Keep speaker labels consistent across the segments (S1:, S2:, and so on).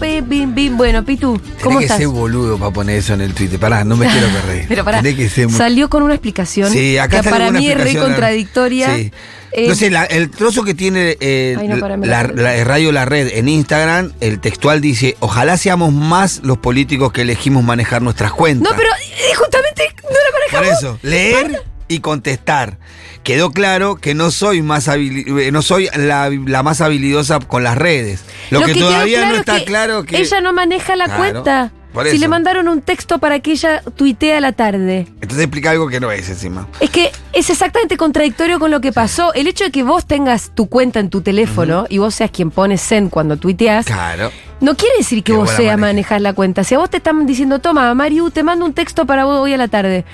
S1: bien, bien, bien. Bueno, Pitu, ¿cómo
S2: Tenés
S1: estás?
S2: que ser boludo para poner eso en el Twitter. Pará, no me quiero perder.
S1: Pero pará,
S2: Tenés que ser muy-
S1: salió con una explicación
S2: Sí, acá
S1: que
S2: sale
S1: para
S2: una
S1: mí es re
S2: explicación, la-
S1: contradictoria.
S2: Sí.
S1: Eh,
S2: no sé, la- el trozo que tiene eh,
S1: Ay, no, pará, me
S2: la,
S1: la-
S2: la- Radio La Red en Instagram, el textual dice, ojalá seamos más los políticos que elegimos manejar nuestras cuentas.
S1: no, pero eh, justamente no la
S2: Por
S1: manejamos.
S2: eso, leer y contestar. Quedó claro que no soy más habili- eh, no soy la, la más habilidosa con las redes. Lo, que,
S1: quedó
S2: todavía
S1: claro
S2: no
S1: es
S2: está claro que
S1: Ella no maneja la
S2: Claro,
S1: cuenta.
S2: por
S1: Si
S2: eso.
S1: le mandaron un texto para que ella tuitee a la tarde.
S2: Entonces explica algo que no es encima.
S1: Es que es exactamente contradictorio con lo que pasó. El hecho de que vos tengas tu cuenta en tu teléfono y vos seas quien pone Zen cuando tuiteas,
S2: Claro.
S1: no quiere decir
S2: Que
S1: que vos
S2: vos la
S1: seas
S2: manejes.
S1: manejar la cuenta. Si a vos te están diciendo, toma, Mariu, te mando un texto para vos hoy a la tarde,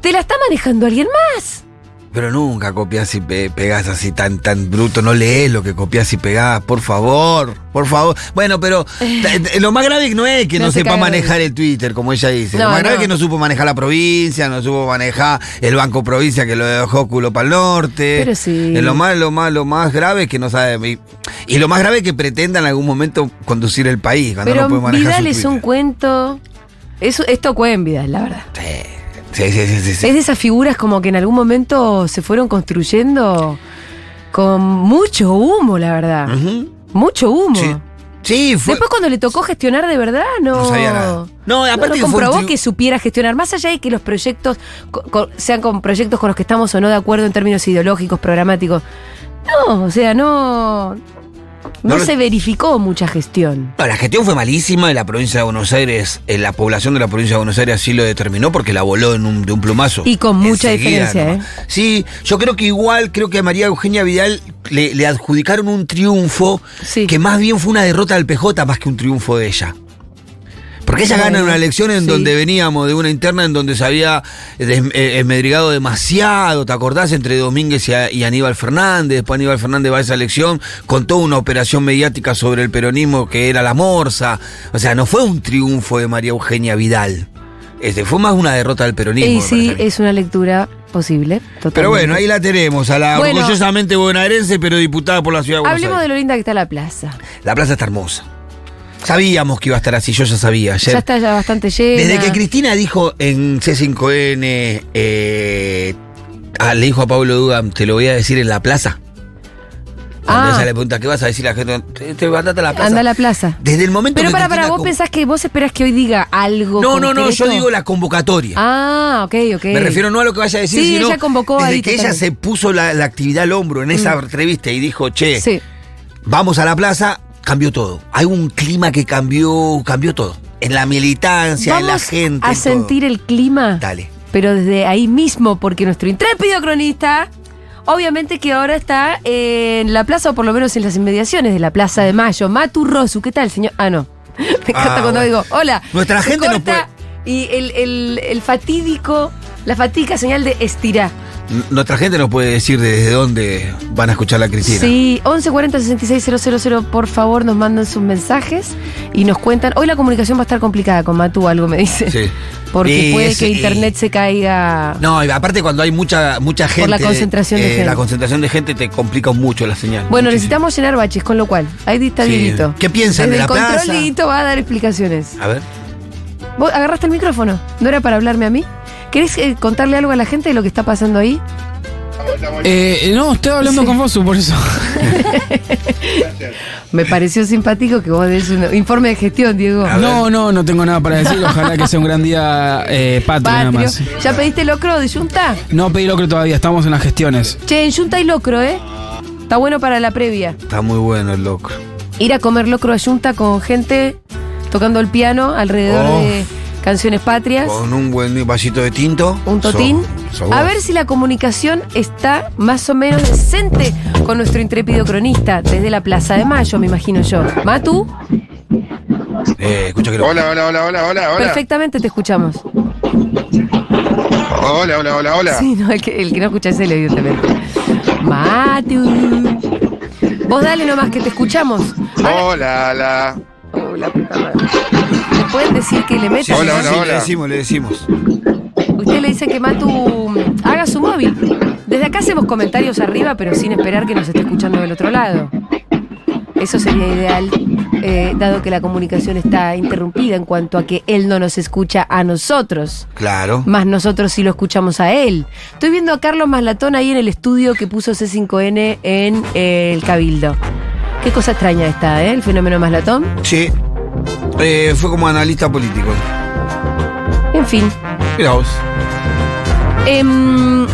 S1: te la está manejando alguien más.
S2: Pero nunca copias y pe- pegás así tan tan bruto, no lees lo que copias y pegás, por favor, por favor. Bueno, pero ta- ta- lo más grave no es que
S1: Eh. No
S2: no,
S1: se
S2: sepa
S1: cae de
S2: manejar el Twitter, como ella dice.
S1: No,
S2: lo más grave es
S1: no.
S2: que no supo manejar la provincia, no supo manejar el Banco Provincia que lo dejó culo para el norte.
S1: Pero sí.
S2: Eh, Lo más, lo más, lo más grave es que no sabe. Y, y lo más grave es que pretenda en algún momento conducir el país, cuando
S1: Pero
S2: Ah, no puede manejar
S1: Vidal
S2: su
S1: es un
S2: Twitter.
S1: cuento. Eso, esto fue en Vidal, la verdad.
S2: Sí, sí, sí, sí, sí.
S1: Es de esas figuras como que en algún momento se fueron construyendo con mucho humo, la verdad.
S2: Ujú.
S1: Mucho humo.
S2: Sí. Sí, fue.
S1: Después cuando le tocó gestionar de verdad, no.
S2: No sabía nada. No, aparte
S1: no
S2: que fue un
S1: comprobó
S2: tri-
S1: que supiera gestionar. Más allá de que los proyectos co- co- sean con proyectos con los que estamos o no de acuerdo en términos ideológicos, programáticos. No, o sea, no. No,
S2: No lo-
S1: se verificó mucha gestión.
S2: No, la gestión fue malísima y la provincia de Buenos Aires, eh, la población de la provincia de Buenos Aires así lo determinó porque la voló en un, de un plumazo.
S1: Y con mucha diferencia,
S2: ¿eh? Sí, yo creo que igual, creo que a María Eugenia Vidal le, le adjudicaron un triunfo
S1: Sí.
S2: que más bien fue una derrota del PJ más que un triunfo de ella. Porque ella
S1: Bueno,
S2: gana una elección en
S1: sí.
S2: donde veníamos de una interna en donde se había des- eh, esmedrigado demasiado, ¿te acordás? Entre Domínguez y, a- y Aníbal Fernández. Después Aníbal Fernández va a esa elección con toda una operación mediática sobre el peronismo que era la morsa. O sea, no fue un triunfo de María Eugenia Vidal. Este, fue más una derrota del peronismo.
S1: Y
S2: me
S1: sí,
S2: parece
S1: eh,
S2: a mí.
S1: es una lectura posible. Totalmente.
S2: pero bueno, ahí la tenemos, a la
S1: Bueno.
S2: orgullosamente bonaerense, pero diputada por la ciudad de Buenos
S1: Hablemos de
S2: Aires.
S1: lo linda que está la plaza.
S2: La plaza está hermosa. Sabíamos que iba a estar así, yo ya sabía ayer.
S1: Ya está ya bastante llena.
S2: Desde que Cristina dijo en C5N, eh, ah, le dijo a Pablo Dugan, te lo voy a decir en la plaza. Cuando
S1: Ah.
S2: ella le pregunta, ¿qué vas a decir a la gente? Te, te andate a la plaza.
S1: Anda a la plaza.
S2: Desde el momento
S1: Pero
S2: que
S1: para, para,
S2: Cristina
S1: vos
S2: con-
S1: pensás que vos esperás que hoy diga algo.
S2: No, no, no, yo
S1: concreto?
S2: digo la convocatoria.
S1: Ah, ok, ok.
S2: Me refiero no a lo que vaya a decir,
S1: Sí,
S2: sino
S1: ella convocó este
S2: desde
S1: ahí,
S2: que ella
S1: totalmente.
S2: se puso la, la actividad al hombro en esa entrevista y dijo, che,
S1: Mm. Sí.
S2: vamos a la plaza, cambió todo. Hay un clima que cambió, cambió todo. En la militancia, en la
S1: Vamos
S2: gente.
S1: a
S2: en todo.
S1: sentir el clima.
S2: Dale.
S1: Pero desde ahí mismo, porque nuestro intrépido cronista, obviamente que ahora está en la plaza, o por lo menos en las inmediaciones de la Plaza de Mayo. Matu Rosu, ¿qué tal, señor? Ah, no. Me encanta
S2: Ah, bueno.
S1: cuando digo, hola.
S2: Nuestra
S1: Se
S2: gente no
S1: corta Y el, el- el fatídico, la fatídica señal de estirar.
S2: N- Nuestra gente nos puede decir desde dónde van a escuchar la Cristina.
S1: Sí, 1140-6600, por favor, nos mandan sus mensajes y nos cuentan. Hoy la comunicación va a estar complicada con Matú, algo me dice.
S2: Sí.
S1: Porque
S2: Y
S1: puede
S2: es-
S1: que
S2: y-
S1: internet se caiga.
S2: No, y aparte cuando hay mucha mucha gente. eh,
S1: la concentración de gente.
S2: La concentración de gente te complica mucho la señal.
S1: bueno,
S2: Muchísimo.
S1: necesitamos llenar baches, con lo cual, ahí está
S2: Sí.
S1: Dieguito.
S2: ¿Qué piensan de
S1: Desde el
S2: la
S1: control,
S2: plaza?
S1: Dieguito va a dar explicaciones.
S2: A ver.
S1: ¿Vos agarraste el micrófono? ¿No era para hablarme a mí? ¿Querés eh, contarle algo a la gente de lo que está pasando ahí?
S3: Eh, no, estaba hablando con vos, por eso.
S2: Eh.
S1: Me pareció simpático que vos des un informe de gestión, Diego.
S2: A ver.
S3: No, no, no tengo nada para decir. Ojalá que sea un gran día eh, patrio, nada
S1: Patrio.
S3: más.
S1: ¿Ya pediste locro de Junta?
S3: No pedí locro todavía, estamos en las gestiones.
S1: Che, en Junta hay locro, ¿eh? Está bueno para la previa.
S2: Está muy bueno el loco.
S1: ir a comer locro a Yunta con gente tocando el piano alrededor
S2: Oh.
S1: de canciones patrias,
S2: Con un buen vasito de tinto.
S1: un totín.
S2: Sos- sos
S1: a
S2: vos.
S1: ver si la comunicación está más o menos decente con nuestro intrépido cronista desde la Plaza de Mayo, me imagino yo. Matu,
S2: Eh, escucha que lo-
S4: Hola, hola, hola, hola, hola, hola.
S1: perfectamente te escuchamos.
S4: Hola, hola, hola, hola.
S1: Sí, no, el que, el que no escucha es él, evidentemente. Matu. Vos dale nomás que te escuchamos. Ahora-
S4: Hola, hola.
S1: Oh, la puta madre. ¿Me pueden decir que le
S2: Sí, sí,
S1: metan?
S4: Hola,
S2: sí, sí,
S4: hola, hola.
S2: Le decimos, le decimos.
S1: Usted le dice que Matu mm, haga su móvil. Desde acá hacemos comentarios arriba, pero sin esperar que nos esté escuchando del otro lado. Eso sería ideal. eh, dado que la comunicación está interrumpida en cuanto a que él no nos escucha a nosotros,
S2: Claro.
S1: más nosotros sí lo escuchamos a él. Estoy viendo a Carlos Maslatón ahí en el estudio que puso C5N en eh, el Cabildo. Qué cosa extraña está, ¿eh? El fenómeno Maslatón.
S2: Sí. Eh, fue como analista político.
S1: En fin.
S2: Mira vos.
S1: Em,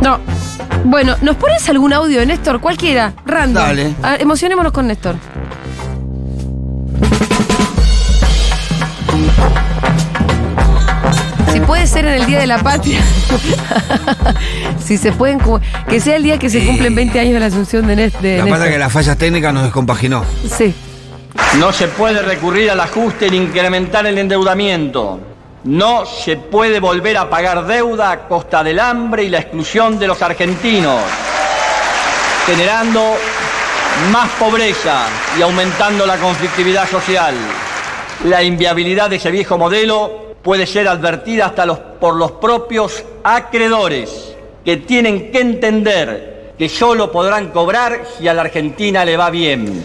S1: no. Bueno, ¿nos pones algún audio, Néstor? Cualquiera, random.
S2: Dale.
S1: A- emocionémonos con Néstor. Si puede ser en el Día de la Patria. si se pueden. cu- Que sea el día que se cumplen 20 años de la asunción de, Nes- de
S2: La pata
S1: Néstor.
S2: que las fallas técnicas nos descompaginó.
S1: Sí.
S5: No se puede recurrir al ajuste ni incrementar el endeudamiento. No se puede volver a pagar deuda a costa del hambre y la exclusión de los argentinos, generando más pobreza y aumentando la conflictividad social. La inviabilidad de ese viejo modelo puede ser advertida hasta los- por los propios acreedores, que tienen que entender que solo podrán cobrar si a la Argentina le va bien.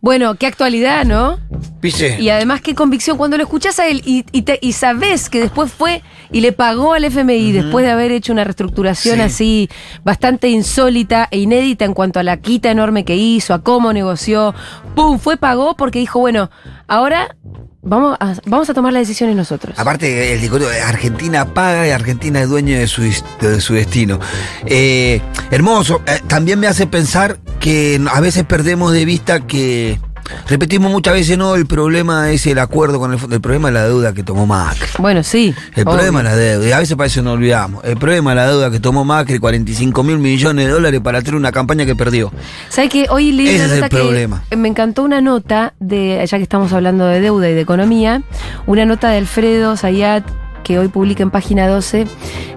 S1: Bueno, qué actualidad, ¿no?
S2: ¿Viste?
S1: Y además, qué convicción cuando lo escuchás a él y, y, te- y sabés que después fue y le pagó al FMI después de haber hecho una reestructuración
S2: Sí.
S1: así bastante insólita e inédita en cuanto a la quita enorme que hizo, a cómo negoció. ¡Pum! Fue, pagó porque dijo, bueno, ahora vamos a, vamos a tomar las decisiones
S2: Ah.
S1: nosotros.
S2: Aparte, el discurso de Argentina paga y Argentina es dueño de su, dis- de su destino. Eh, hermoso. Eh, también me hace pensar que a veces perdemos de vista que. Repetimos muchas veces, no, el problema es el acuerdo con el fondo. El problema es la deuda que tomó Macri.
S1: Bueno, sí.
S2: El
S1: obvio.
S2: problema es la deuda, y a veces para eso nos olvidamos. El problema es la deuda que tomó Macri, 45 mil millones de dólares para hacer una campaña que perdió.
S1: ¿Sabes que Hoy leí
S2: Ese
S1: una
S2: es el
S1: nota que
S2: problema.
S1: me encantó una nota de, ya que estamos hablando de deuda y de economía, una nota de Alfredo Zayat que hoy publica en página 12,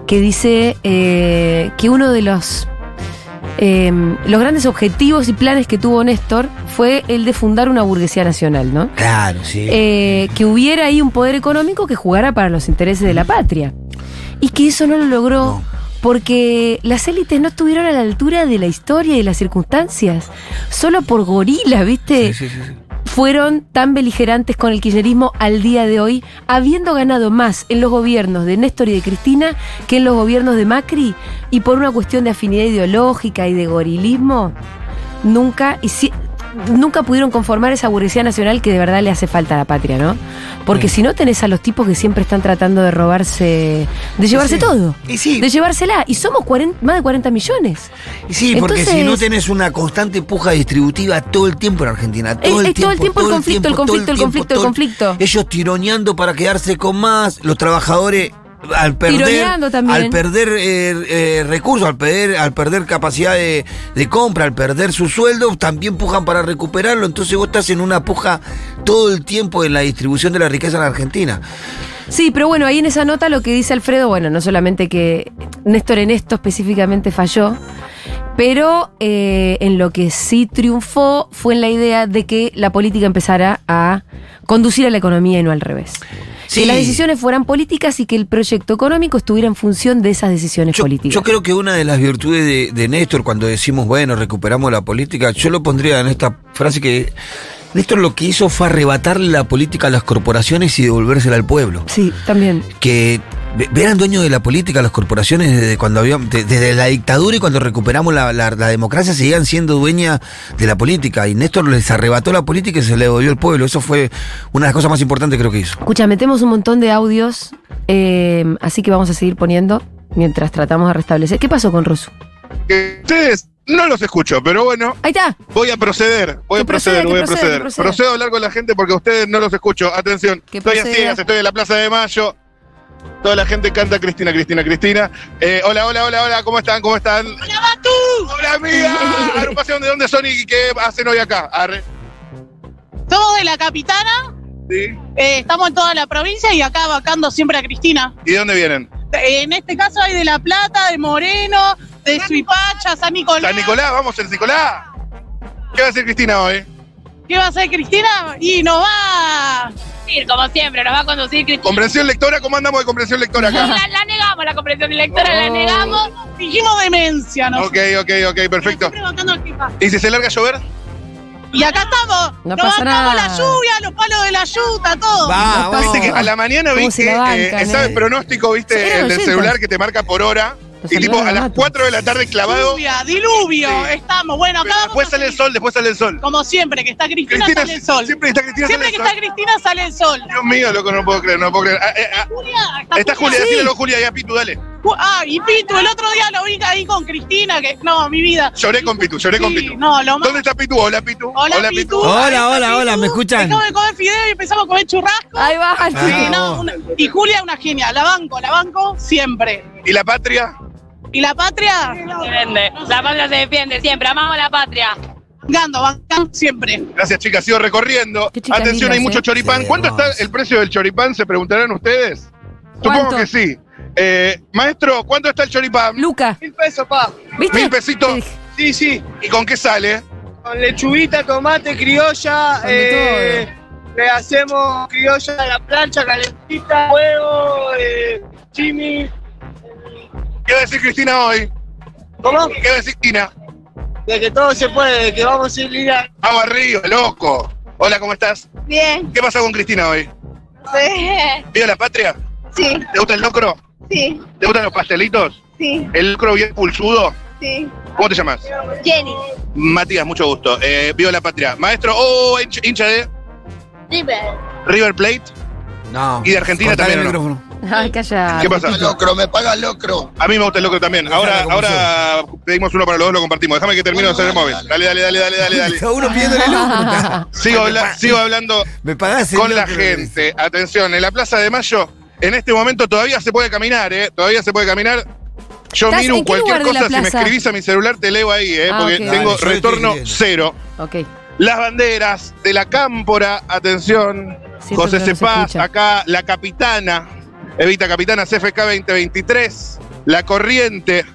S1: que dice eh, que uno de los, eh, los grandes objetivos y planes que tuvo Néstor fue el de fundar una burguesía nacional, ¿no?
S2: Claro, sí.
S1: Eh, que hubiera ahí un poder económico que jugara para los intereses de la patria. Y que eso no lo logró
S2: No.
S1: porque las élites no estuvieron a la altura de la historia y de las circunstancias. Solo por gorilas, ¿viste?
S2: Sí, sí, sí, sí.
S1: Fueron tan beligerantes con el kirchnerismo al día de hoy, habiendo ganado más en los gobiernos de Néstor y de Cristina que en los gobiernos de Macri. Y por una cuestión de afinidad ideológica y de gorilismo, nunca, y si- nunca pudieron conformar esa burguesía nacional que de verdad le hace falta a la patria, ¿no? Porque
S2: Sí.
S1: si no tenés a los tipos que siempre están tratando de robarse, de llevarse
S2: sí.
S1: todo,
S2: Y sí.
S1: de llevársela. Y somos 40 más de 40 millones.
S2: Y sí, porque
S1: Entonces-
S2: si no tenés una constante puja distributiva todo el tiempo en Argentina.
S1: Es-
S2: Todo el,
S1: es
S2: tiempo,
S1: todo el tiempo el conflicto, el
S2: todo
S1: conflicto, el
S2: tiempo,
S1: conflicto, el
S2: todo
S1: conflicto.
S2: Ellos tironeando para quedarse con más, los trabajadores al perder,
S1: Tironeando también.
S2: al perder eh, eh, recursos, al perder, al perder capacidad de, de compra, al perder su sueldo, también pujan para recuperarlo. Entonces vos estás en una puja todo el tiempo en la distribución de la riqueza en la Argentina.
S1: Sí, pero bueno, ahí en esa nota lo que dice Alfredo, bueno, no solamente que Néstor en esto específicamente falló, pero eh, en lo que sí triunfó fue en la idea de que la política empezara a conducir a la economía y no al revés.
S2: Sí.
S1: Que las decisiones fueran políticas y que el proyecto económico estuviera en función de esas decisiones
S2: Yo,
S1: políticas.
S2: yo creo que una de las virtudes de, de Néstor, cuando decimos, bueno, recuperamos la política, yo lo pondría en esta frase que Néstor lo que hizo fue arrebatarle la política a las corporaciones y devolvérsela al pueblo.
S1: Sí, también.
S2: Que ve- eran dueños de la política las corporaciones desde cuando había, de- desde la dictadura y cuando recuperamos la, la- la democracia seguían siendo dueñas de la política. Y Néstor les arrebató la política y se la devolvió al pueblo. Eso fue una de las cosas más importantes creo que hizo.
S1: Escucha, metemos un montón de audios, eh, así que vamos a seguir poniendo mientras tratamos de restablecer. ¿Qué pasó con Rosu?
S4: Que ustedes no los escucho, pero bueno,
S1: Ahí está.
S4: voy a proceder. Voy
S1: Que
S4: a
S1: proceda,
S4: proceder, voy
S1: que
S4: a
S1: proceda,
S4: proceder.
S1: que proceda.
S4: Procedo a hablar con la gente porque a ustedes no los escucho. Atención,
S1: Que
S4: estoy a
S1: proceda.
S4: ciegas, estoy en la Plaza de Mayo. Toda la gente canta Cristina, Cristina, Cristina. Eh, hola, hola, hola, hola, ¿cómo están? ¿Cómo están? ¡Hola, Batu! ¡Hola, amiga! Agrupación de dónde son y qué hacen hoy acá. Arre.
S6: Somos de la capitana,
S4: ¿Sí?
S6: eh, estamos en toda la provincia y acá vacando siempre a Cristina.
S4: ¿Y de dónde vienen?
S6: En este caso hay de La Plata, de Moreno, de Suipacha, San Nicolás.
S4: San Nicolás, vamos, el Nicolás. ¿Qué va a hacer Cristina hoy?
S6: ¿Qué va a hacer Cristina? Y nos va
S7: conducir, como siempre, nos va a conducir Cristina.
S4: Comprensión lectora, ¿cómo andamos de comprensión lectora acá?
S7: La, la negamos, la comprensión lectora, la
S4: Oh.
S7: negamos.
S6: Dijimos demencia, ¿no?
S4: ok, ok, ok, perfecto.
S6: Siempre votando al que pasa.
S4: ¿Y si se larga a llover?
S1: Oh.
S6: Y acá estamos.
S1: No
S6: No
S1: pasa nada.
S6: la lluvia, los palos de la yuta, todo.
S2: Va, va.
S1: No pasa.
S4: Viste que a la mañana
S1: ¿Cómo
S4: vi
S1: se
S4: que
S1: la bancan,
S4: eh,
S1: eh?
S4: estaba el pronóstico,
S1: Sí,
S4: viste, el del
S1: oyentes.
S4: celular que te marca por hora.
S1: Los
S4: Y tipo
S1: celulares
S4: a las
S1: matan.
S4: 4 de la tarde clavado.
S6: Lluvia, diluvio,
S4: Sí.
S6: estamos. Bueno, acá
S4: Pero
S6: vamos
S4: después
S6: a
S4: sale el
S6: seguir.
S4: sol, después sale el sol.
S6: Como siempre, que está Cristina,
S4: Cristina,
S6: sale el sol. Siempre,
S4: siempre está Cristina sale
S6: que
S4: el
S6: está
S4: sol.
S6: Cristina sale el sol.
S4: Dios mío, loco, no puedo creer, no puedo creer. Ah, eh, ah,
S6: Julia,
S4: está Julia,
S1: Sí.
S4: decídelo Julia, ya Pitu, dale.
S6: Ju- Ah, y Pitu, el otro día lo vi ahí con Cristina, que no, mi vida.
S4: Lloré con Pitu, lloré con
S6: Sí,
S4: Pitu.
S6: no, lo más-
S4: ¿Dónde está Pitu? Hola, Pitu.
S6: Hola, Pitu.
S2: Hola,
S6: Ahí está
S2: hola, hola, ¿me escuchan?
S6: Acabo de comer fideo y empezamos a comer churrasco.
S1: Ahí va.
S6: Sí,
S2: Ah,
S6: no,
S2: vos.
S6: una- y Julia una genia, la banco, la banco siempre.
S4: ¿Y la patria?
S6: ¿Y la patria?
S7: Se vende. La patria se defiende siempre, amamos la patria.
S6: Gando, bancando siempre.
S4: Gracias, chicas. Sigo recorriendo.
S1: Qué chicas
S4: Atención, hay
S1: lindas,
S4: mucho
S1: ¿eh?
S4: choripán.
S2: Sí,
S4: ¿Cuánto está
S2: hermoso.
S4: el precio del choripán? Se preguntarán ustedes.
S1: ¿Cuánto?
S4: Supongo que sí. Eh, maestro, ¿cuánto está el choripán?
S1: Luca,
S8: Mil pesos, pa.
S1: ¿viste?
S4: Mil pesitos.
S1: Te dije.
S8: Sí, sí.
S4: ¿Y con qué sale?
S8: Con lechuguita, tomate, criolla.
S1: Con de
S8: eh, le hacemos criolla a la plancha, calentita, huevo, eh, chimi.
S4: ¿Qué va a decir Cristina hoy?
S8: ¿Cómo?
S4: ¿Qué va a decir Cristina?
S8: De que todo se puede, de que vamos a ir a...
S4: Vamos arriba, loco. Hola, ¿cómo estás?
S9: Bien,
S4: ¿Qué pasó con Cristina hoy?
S9: pues,
S4: ¿Viva la patria?
S9: sí,
S4: ¿Te gusta el locro?
S9: sí,
S4: ¿Te gustan los pastelitos?
S9: sí,
S4: ¿El locro bien pulsudo?
S9: sí.
S4: ¿Cómo te llamas?
S9: Jenny,
S4: Matías, mucho gusto. Eh, viva la patria. Maestro, oh, hincha- hincha de
S9: River.
S4: River Plate.
S2: No.
S4: Y de Argentina
S2: Cortale
S4: también,
S2: el
S4: ¿o
S2: micrófono.
S1: Ay, calla.
S4: ¿Qué pasa?
S10: Locro, me paga locro.
S4: A mí me gusta el locro también. Ahora, ahora pedimos uno para los dos, lo compartimos. Déjame que termine de hacer el móvil. Dale, dale, dale, dale, dale, dale.
S2: Está uno pidiéndole locro.
S4: Sigo, habla- sigo hablando
S2: Me pagás el
S4: con la
S2: locro.
S4: gente. Atención, en la Plaza de Mayo, en este momento todavía se puede caminar, ¿eh? Todavía se puede caminar. Yo
S1: ¿Estás-
S4: miro
S1: en qué
S4: cualquier
S1: lugar de la
S4: cosa, si me
S1: plaza?
S4: escribís a mi celular te leo ahí, ¿eh?
S1: Ah,
S4: Porque
S1: ok.
S4: tengo
S2: Dale, yo lo estoy
S4: retorno
S2: escribiendo.
S4: cero.
S1: Ok.
S4: Las banderas de la Cámpora, atención.
S1: Siento
S4: José
S1: que no se
S4: Cepaz,
S1: escucha.
S4: acá la capitana, Evita Capitana, CFK 2023, La Corriente,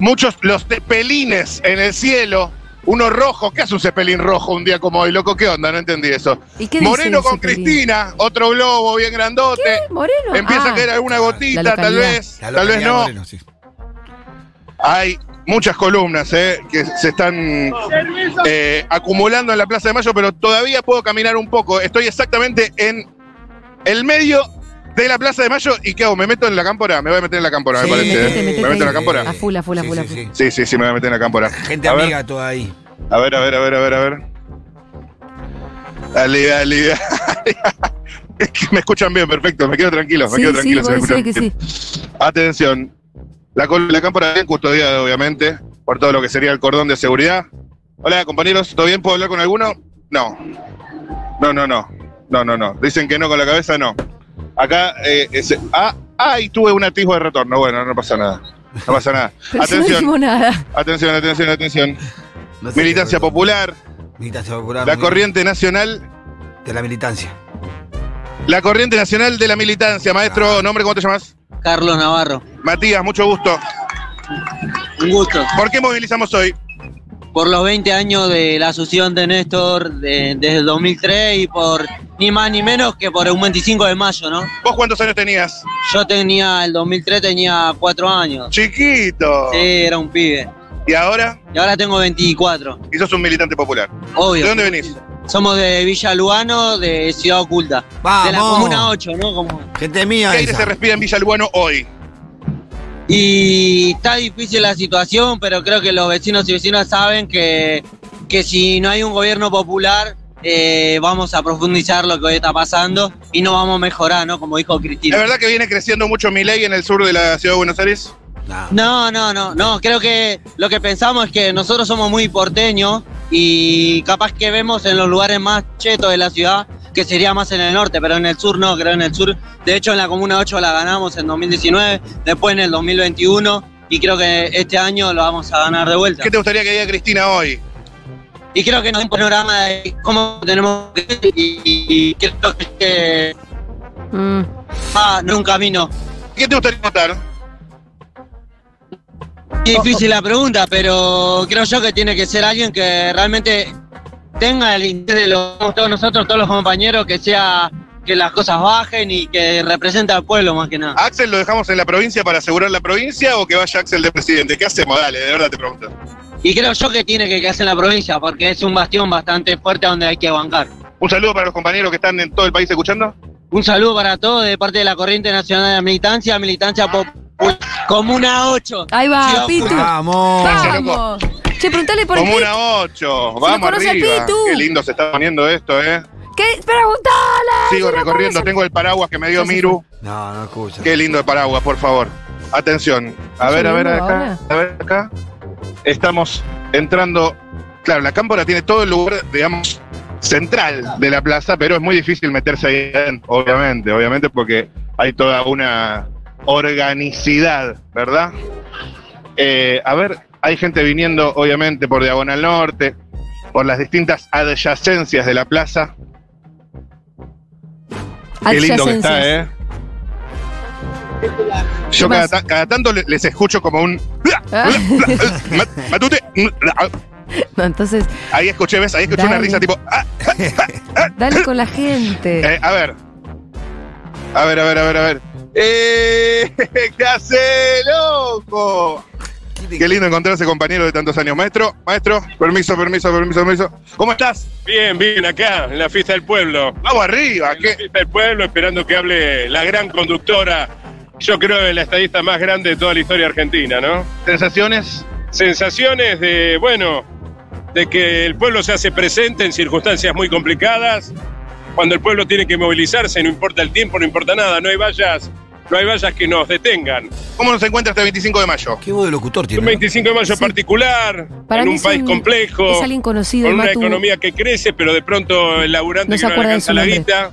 S4: muchos los cepelines en el cielo, uno rojo, ¿qué hace un cepelín rojo un día como hoy, loco? ¿Qué onda? No entendí eso.
S1: ¿Y qué dice
S4: Moreno
S1: ese
S4: con
S1: pelín?
S4: Cristina, otro globo bien grandote.
S1: ¿Eh, Moreno.
S4: Empieza
S1: Ah,
S4: a caer alguna
S1: la
S4: gotita, tal
S1: localidad.
S4: vez,
S2: La
S4: tal vez
S2: localidad
S4: no.
S2: Moreno, sí.
S4: Hay muchas columnas eh, que se están eh, acumulando en la Plaza de Mayo, pero todavía puedo caminar un poco. Estoy exactamente en el medio de la Plaza de Mayo y ¿qué hago? ¿Me meto en la cámpora? Me voy a meter en la
S2: Sí,
S4: cámpora, me parece.
S1: metete,
S4: eh.
S1: metete
S4: me meto en la
S1: ahí. Ah.
S4: cámpora.
S1: A full, a full, a
S2: Sí,
S1: full, a
S2: sí,
S1: full.
S2: sí.
S4: Sí, sí, sí, me voy a meter en la cámpora.
S2: Gente
S4: a, ver,
S2: amiga toda ahí.
S4: a ver, a ver, a ver, a ver, a ver. Dale, dale, dale. Es que me escuchan bien, perfecto. Me quedo tranquilo, me
S1: Sí,
S4: quedo
S1: sí,
S4: tranquilo.
S1: vos
S4: se me
S1: decís que
S4: escuchan
S1: sí.
S4: Atención. La, col- la cámara bien custodiada, obviamente, por todo lo que sería el cordón de seguridad. Hola, compañeros, ¿todo bien? ¿Puedo hablar con alguno? No. No, no, no. No, no, no. Dicen que no con la cabeza, no. Acá, eh, ese- ah, ay, tuve un atisbo de retorno. Bueno, no pasa nada. No pasa nada.
S1: Pero si no
S4: Atención,
S1: dijimos nada.
S4: atención, atención, atención.
S2: No sé
S4: Militancia
S2: qué fue.
S4: popular,
S2: Militancia popular.
S4: la
S2: muy bien.
S4: corriente nacional,
S2: De la militancia.
S4: la corriente nacional de la militancia. Maestro, nombre, ¿cómo te llamas?
S8: Ah. Carlos Navarro,
S4: Matías, mucho gusto.
S8: un gusto.
S4: ¿Por qué movilizamos hoy?
S8: Por los 20 años de la asunción de Néstor desde el 2003 y por ni más ni menos que por un 25 de mayo, ¿no?
S4: ¿Vos cuántos años tenías?
S8: Yo tenía, el 2003 tenía 4 años.
S4: Chiquito.
S8: Sí, era un pibe.
S4: Y ahora,
S8: Y ahora tengo 24.
S4: y sos un militante popular.
S8: Obvio.
S4: ¿De dónde venís?
S8: Somos de Villa Lugano, de Ciudad Oculta. De la
S2: Ah, Vamos.
S8: Comuna 8, ¿no? Como-
S2: Gente
S4: ¿Qué
S2: mía.
S4: aire
S2: esa.
S4: se respira en Villa Lugano hoy?
S8: Y está difícil la situación, pero creo que los vecinos y vecinas saben que, que si no hay un gobierno popular, eh, vamos a profundizar lo que hoy está pasando y no vamos a mejorar, ¿no? Como dijo
S4: ¿Es
S8: Cristina.
S4: verdad que viene creciendo mucho mi ley en el sur de la ciudad de Buenos Aires?
S2: No.
S8: No, no, no, no. Creo que lo que pensamos es que nosotros somos muy porteños y capaz que vemos en los lugares más chetos de la ciudad, que sería más en el norte, pero en el sur no, creo en el sur. De hecho, en la Comuna 8 la ganamos en 2019, después en el 2021 y creo que este año lo vamos a ganar de vuelta.
S4: ¿Qué te gustaría que diga Cristina hoy?
S8: Y creo que nos da un panorama de cómo tenemos que ir y, y creo que ah,
S1: Mm.
S8: va en un camino.
S4: ¿Qué te gustaría votar?
S8: Difícil la pregunta, pero creo yo que tiene que ser alguien que realmente tenga el interés de los, todos nosotros, todos los compañeros, que sea que las cosas bajen y que represente al pueblo más que nada.
S4: ¿A Axel lo dejamos en la provincia para asegurar la provincia o que vaya Axel de presidente? ¿Qué hacemos? Dale, de verdad te pregunto.
S8: Y creo yo que tiene que quedarse en la provincia, porque es un bastión bastante fuerte donde hay que bancar.
S4: Un saludo para los compañeros que están en todo el país escuchando.
S8: Un saludo para todos de parte de la Corriente Nacional de Militancia, Militancia Popular, Comuna 8.
S1: Ahí va,
S8: Ciudad
S1: Pitu.
S4: Ah,
S8: Popular.
S2: Vamos.
S4: Gracias,
S1: Vamos. Che, preguntale por el
S4: Como una
S1: clip.
S4: 8.
S1: lo
S4: Vamos
S1: conoce
S4: arriba.
S1: Pitu.
S4: Qué lindo se está poniendo esto, ¿eh?
S1: ¿Qué? Preguntale. Ah,
S4: Sigo
S1: si no
S4: recorriendo.
S1: conoce-
S4: Tengo el paraguas que me dio Miru.
S2: No, no escucha.
S4: Qué lindo el paraguas, por favor. Atención. A
S1: ¿Estás
S4: ver, a ver
S1: subiendo
S4: acá. A ver acá. Estamos entrando. Claro, la cámpora tiene todo el lugar, digamos, central de la plaza, pero es muy difícil meterse ahí adentro, obviamente, obviamente, porque hay toda una organicidad, ¿verdad? Eh, a ver, hay gente viniendo, obviamente, por Diagonal Norte, por las distintas adyacencias de la plaza. Qué lindo que
S1: Adyacencias.
S4: está, ¿eh?
S1: ¿Qué
S4: Yo cada,
S1: más?
S4: ta- cada tanto le- les escucho como un...
S1: Ah.
S4: Ma- Matute.
S1: No, entonces,
S4: Ahí escuché, ¿ves? Ahí escuché una
S1: Dale.
S4: risa tipo... ah.
S1: dale con la gente.
S4: Eh, a ver. A ver, a ver, a ver, a ver. ¡Eh! ¿Qué hace, loco? Qué lindo encontrarse, compañero de tantos años. Maestro, maestro, permiso, permiso, permiso, permiso. ¿Cómo estás?
S10: Bien, bien, acá, en la fiesta del pueblo.
S4: Vamos arriba.
S10: En la
S4: ¿Qué?
S10: fiesta del pueblo, esperando que hable la gran conductora, yo creo que la estadista más grande de toda la historia argentina, ¿no?
S4: ¿Sensaciones?
S10: Sensaciones de, bueno, de que el pueblo se hace presente en circunstancias muy complicadas, cuando el pueblo tiene que movilizarse, no importa el tiempo, no importa nada, no hay vallas, no hay vallas que nos detengan.
S4: ¿Cómo nos encuentra este 25 de mayo?
S2: Qué voz de locutor tiene.
S10: Un
S2: ¿no?
S10: 25 de mayo particular,
S1: Para
S10: en
S1: mí
S10: un
S1: es
S10: país
S1: un-
S10: complejo.
S1: Es alguien conocido,
S10: con
S1: el
S10: una
S1: Matu.
S10: economía que crece, pero de pronto el laburante
S1: No se
S10: que no le
S1: acuerda de
S10: alcanza
S1: su
S10: la
S1: nombre.
S10: guita.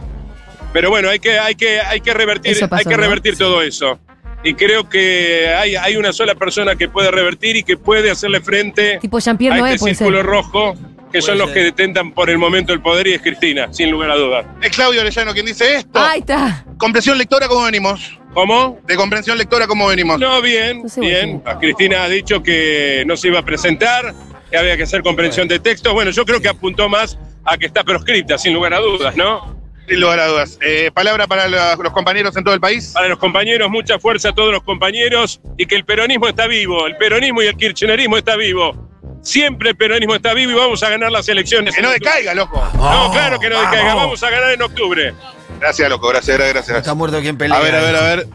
S10: Pero bueno, hay que, hay que, hay que revertir,
S1: Eso pasó,
S10: hay que
S1: ¿no?
S10: revertir todo eso. Y creo que hay, hay una sola persona que puede revertir y que puede hacerle frente
S1: Tipo Jean-Pierre
S10: a
S1: Noé,
S10: este
S1: puede
S10: círculo
S1: ser.
S10: rojo, que son los
S2: ser.
S10: que detentan por el momento el poder, y es Cristina, sin lugar a dudas.
S4: Es Claudio Orellano quien dice esto.
S1: Ahí está.
S4: Comprensión lectora, ¿cómo venimos?
S10: ¿Cómo?
S4: De comprensión lectora, ¿cómo venimos?
S10: No, bien,
S1: No sé,
S10: bien. Ah,
S1: Martín.
S10: Cristina ha dicho que no se iba a presentar, que había que hacer comprensión de texto. Bueno, yo creo que apuntó más a que está proscripta, sin lugar a dudas, ¿no?
S4: Sin lugar a dudas. Eh, palabra para la- los compañeros en todo el país.
S10: Para los compañeros, mucha fuerza a todos los compañeros y que el peronismo está vivo. El peronismo y el kirchnerismo está vivo. Siempre el peronismo está vivo y vamos a ganar las elecciones.
S4: Que no decaiga, loco.
S10: No, claro que no
S2: Vamos.
S10: decaiga. Vamos a ganar en octubre.
S4: Gracias, loco. Gracias, gracias,
S2: No
S4: gracias.
S2: Está muerto quien pelea.
S4: A ver, a ver, a ver.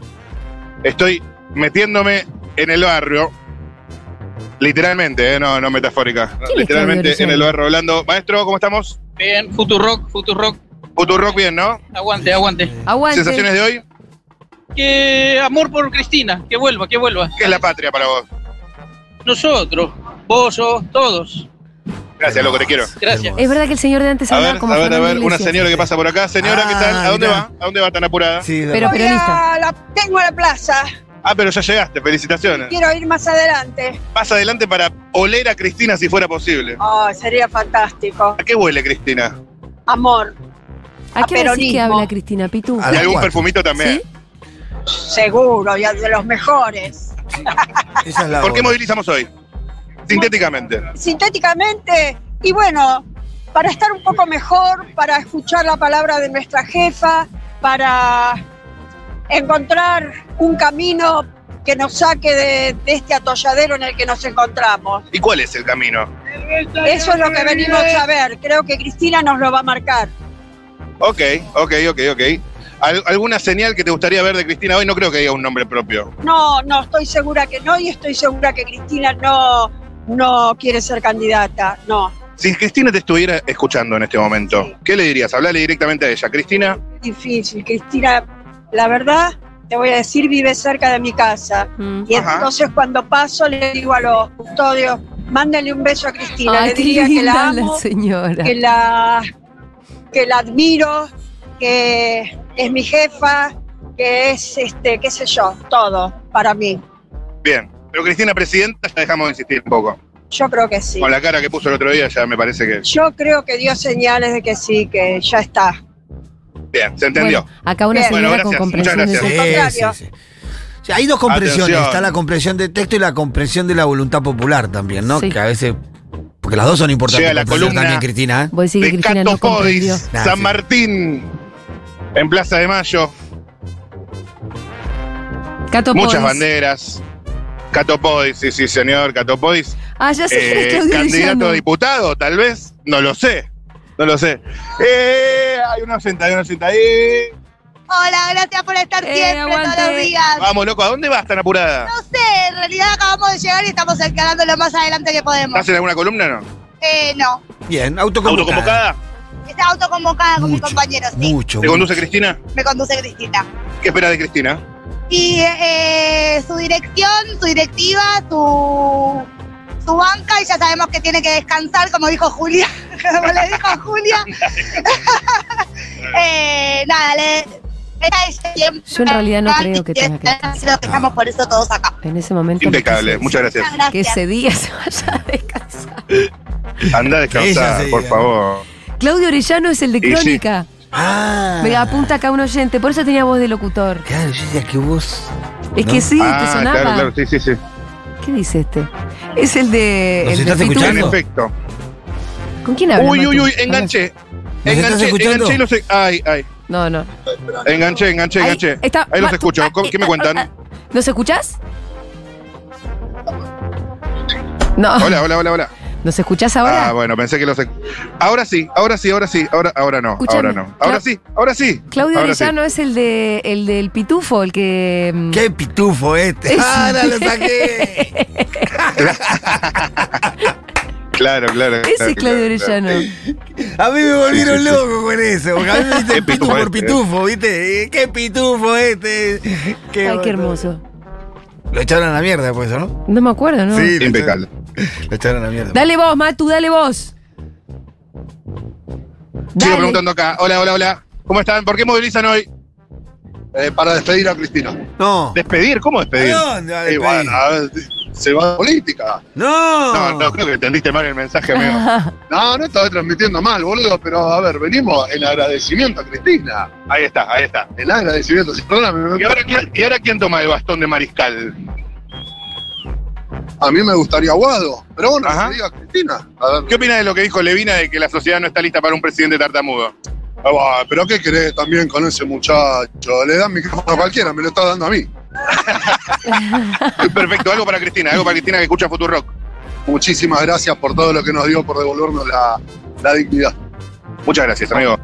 S4: Estoy metiéndome en el barrio. Literalmente, eh, no, no metafórica.
S1: ¿Quién es
S4: Literalmente
S1: Claudio
S4: en el
S1: Orellano?
S4: barrio hablando. Maestro, ¿cómo estamos?
S8: Bien, Futurock, Futurock,
S4: Futurock bien, ¿no?
S8: aguante, aguante.
S1: Aguante.
S4: ¿Sensaciones de hoy?
S8: Que amor por Cristina, que vuelva, que vuelva.
S4: ¿Qué es la patria para vos?
S8: Nosotros, vos, yo, todos.
S4: Gracias, loco, te quiero.
S8: Gracias.
S1: Es verdad que el señor de antes
S4: A
S1: hablaba
S4: ver,
S1: como
S4: a ver, a
S1: Fernando
S4: ver, una
S1: Iglesias.
S4: señora que pasa por acá. Señora, ¿qué
S2: Ah,
S4: tal? ¿A dónde
S2: mirá.
S4: va? ¿A dónde va tan apurada?
S2: Sí, la-
S1: Pero peronista.
S9: tengo la plaza.
S4: Ah, pero ya llegaste, felicitaciones.
S9: Quiero ir más adelante.
S4: Más adelante para oler a Cristina si fuera posible.
S9: Oh, sería fantástico.
S4: ¿A qué huele Cristina?
S9: Amor,
S1: ¿A qué hora sí que
S9: peronismo.
S1: habla Cristina Pitu?
S2: A
S4: Y
S2: las
S4: algún
S2: cuatro.
S4: perfumito también.
S1: ¿Sí?
S9: seguro, y de los mejores.
S2: Esa es la
S4: ¿Por qué
S2: voz.
S4: movilizamos hoy? Sintéticamente.
S9: Sintéticamente, y bueno, para estar un poco mejor, para escuchar la palabra de nuestra jefa, para encontrar un camino que nos saque de- de este atolladero en el que nos encontramos.
S4: ¿Y cuál es el camino?
S9: Eso es lo que venimos a ver. Creo que Cristina nos lo va a marcar.
S4: Ok, ok, ok, ok. ¿Al- ¿Alguna señal que te gustaría ver de Cristina hoy? No creo que diga un nombre propio.
S9: No, no, estoy segura que no y estoy segura que Cristina no, no quiere ser candidata. No,
S4: Si Cristina te estuviera escuchando en este momento,
S9: Sí.
S4: ¿qué le dirías? Hablale directamente a ella. Cristina,
S9: difícil. Cristina, la verdad, te voy a decir, vive cerca de mi casa.
S1: Mm.
S9: Y
S4: Ajá.
S9: entonces cuando paso le digo a los custodios, mándenle un beso a Cristina.
S1: Ay,
S9: le
S1: qué
S9: diría que la
S1: linda la
S9: amo,
S1: señora.
S9: que la, que la admiro, que es mi jefa, que es, este, qué sé yo, todo para mí.
S4: bien. Pero Cristina, presidenta, ya dejamos de insistir un poco.
S9: Yo creo que sí.
S4: Con la cara que puso el otro día ya me parece que...
S9: Yo creo que dio señales de que sí, que ya está.
S4: Bien, se entendió.
S1: Bueno, acá una
S9: Bien.
S1: señora
S4: Bueno,
S1: con
S4: gracias.
S1: comprensión
S4: Muchas
S1: de
S4: gracias.
S1: texto.
S2: Sí,
S9: contrario.
S2: sí, sí. Sí, hay dos compresiones,
S4: Atención.
S2: está la compresión de texto y la compresión de la voluntad popular también, ¿no?
S1: Sí.
S2: Que a veces, porque las dos son importantes.
S4: Llega la
S2: compresión
S4: columna
S2: también, Cristina. ¿eh?
S1: Vos decís que
S4: de
S1: Cristina no
S4: Cato
S1: comprendió.
S4: Podis,
S2: Nah,
S4: San
S2: sí.
S4: Martín. en Plaza de Mayo,
S1: Cato
S4: muchas
S1: Pons.
S4: banderas. Catopodis, sí, sí, señor, Catopodis.
S1: Ah, ya sé, Claudio
S4: eh, candidato
S1: Villano.
S4: a diputado, tal vez, no lo sé, no lo sé. Eh, hay una sentadilla, una sentadilla.
S11: Hola, gracias por estar
S1: Eh,
S11: siempre todos
S1: aguante.
S11: los días.
S4: Vamos, loco, ¿a dónde vas tan apurada?
S2: Ah.
S11: No sé, en realidad acabamos de llegar y estamos encarando lo más adelante que podemos.
S4: ¿Estás en alguna columna o no?
S11: Eh, no,
S2: Bien, autoconvocada.
S4: ¿Autoconvocada?
S11: está autoconvocada con mis
S2: Mucho,
S11: compañeros, sí.
S2: Mucho.
S4: ¿Te
S2: mucho.
S4: conduce Cristina?
S11: Me conduce Cristina.
S4: ¿Qué esperas de Cristina?
S11: Y eh, su dirección, su directiva, su, su banca, y ya sabemos que tiene que descansar, como dijo Julia. como le dijo Julia. Eh, nada, le, ella es siempre-
S1: Yo en realidad no creo que tenga que descansar.
S11: Lo dejamos por eso todos acá.
S1: En ese momento.
S4: Impecable,
S1: lo que
S4: muchas gracias.
S11: Muchas gracias.
S1: Que ese día se vaya a descansar.
S4: Anda a
S2: Ella
S4: descansar,
S2: sí,
S4: por
S2: eh.
S4: favor.
S1: Claudio Orellano es el de
S4: Y sí.
S1: Crónica.
S2: Ah.
S1: Me apunta acá un oyente, por eso tenía voz de locutor.
S2: Claro, yo decía que vos.
S1: Es
S2: ¿No?
S1: que sí, te
S4: ah,
S1: sonaba.
S4: claro, claro, sí, sí, sí.
S1: ¿Qué dice este? Es el de.
S2: ¿Nos
S1: el de
S2: estás
S1: Pitufo.
S4: En
S2: escuchando?
S4: efecto.
S1: ¿Con quién habla?
S4: Uy, uy,
S1: Matu?
S4: uy, enganché.
S2: ¿Nos estás
S4: Enganché,
S2: escuchando?
S4: enganché y los. Ay, ay.
S1: A ver. No, no.
S4: Enganché, enganché,
S1: Ahí
S4: enganché. Ahí,
S1: está-
S4: los
S1: Matu-
S4: escucho.
S1: ah,
S4: ¿Cómo- ¿Qué
S1: ah,
S4: me
S1: ah,
S4: cuentan?
S1: ah. ¿Nos escuchás? No.
S4: Hola, hola, hola, hola.
S1: ¿Nos escuchás ahora?
S4: Ah, bueno, pensé que los. escu- Ahora sí, ahora sí, ahora sí, ahora, ahora no,
S1: Escuchame.
S4: ahora no. Ahora
S1: Cla-
S4: sí, ahora sí.
S1: Claudio
S4: ahora sí.
S1: Orellano es el de el del pitufo, el que. mm,
S2: Qué pitufo este.
S1: Es-
S2: Ah, no, lo saqué.
S4: Claro, claro.
S1: Ese
S4: claro,
S1: es Claudio
S4: claro, claro.
S1: Orellano.
S2: A mí me volvieron loco con eso. Porque a mí me
S4: Qué
S2: dicen pitufo
S4: pitufo
S2: por pitufo, ¿viste?
S4: este, eh.
S2: Eh, Qué pitufo este. Qué
S1: Ay,
S2: bueno.
S1: qué hermoso.
S2: Lo echaron a la mierda por eso, ¿no?
S1: No me acuerdo, ¿no?
S2: Sí, lo
S4: Impecable.
S2: echaron- Lo echaron a la mierda.
S1: Dale vos, Matu, dale vos.
S4: Sigo
S1: Dale.
S4: preguntando acá. Hola, hola, hola. ¿Cómo están? ¿Por qué movilizan hoy? Eh, para despedir a Cristina.
S2: No.
S4: ¿Despedir? ¿Cómo despedir?
S2: ¿A dónde va a
S4: Eh,
S2: despedir?
S4: bueno, a ver, se va a política.
S2: No.
S4: No, no, creo que entendiste mal el mensaje, amigo.
S1: Ajá.
S12: No, no estaba transmitiendo mal, boludo, pero a ver, venimos en agradecimiento a Cristina.
S4: Ahí está, ahí está.
S12: En agradecimiento, sí, perdóname.
S4: ¿Y
S12: me-
S4: ahora, quién, y ahora quién toma el bastón de mariscal?
S12: A mí me gustaría Guado, pero bueno,
S4: Ajá.
S12: que diga Cristina. A ver,
S4: ¿Qué opinas de lo que dijo Levina de que la sociedad no está lista para un presidente tartamudo?
S12: ah, bah, pero ¿qué querés también con ese muchacho? Le dan micrófono a cualquiera, me lo está dando a mí.
S4: Perfecto, algo para Cristina, algo para Cristina que escucha Futurock.
S12: Muchísimas gracias por todo lo que nos dio, por devolvernos la, la dignidad.
S4: Muchas gracias, amigo.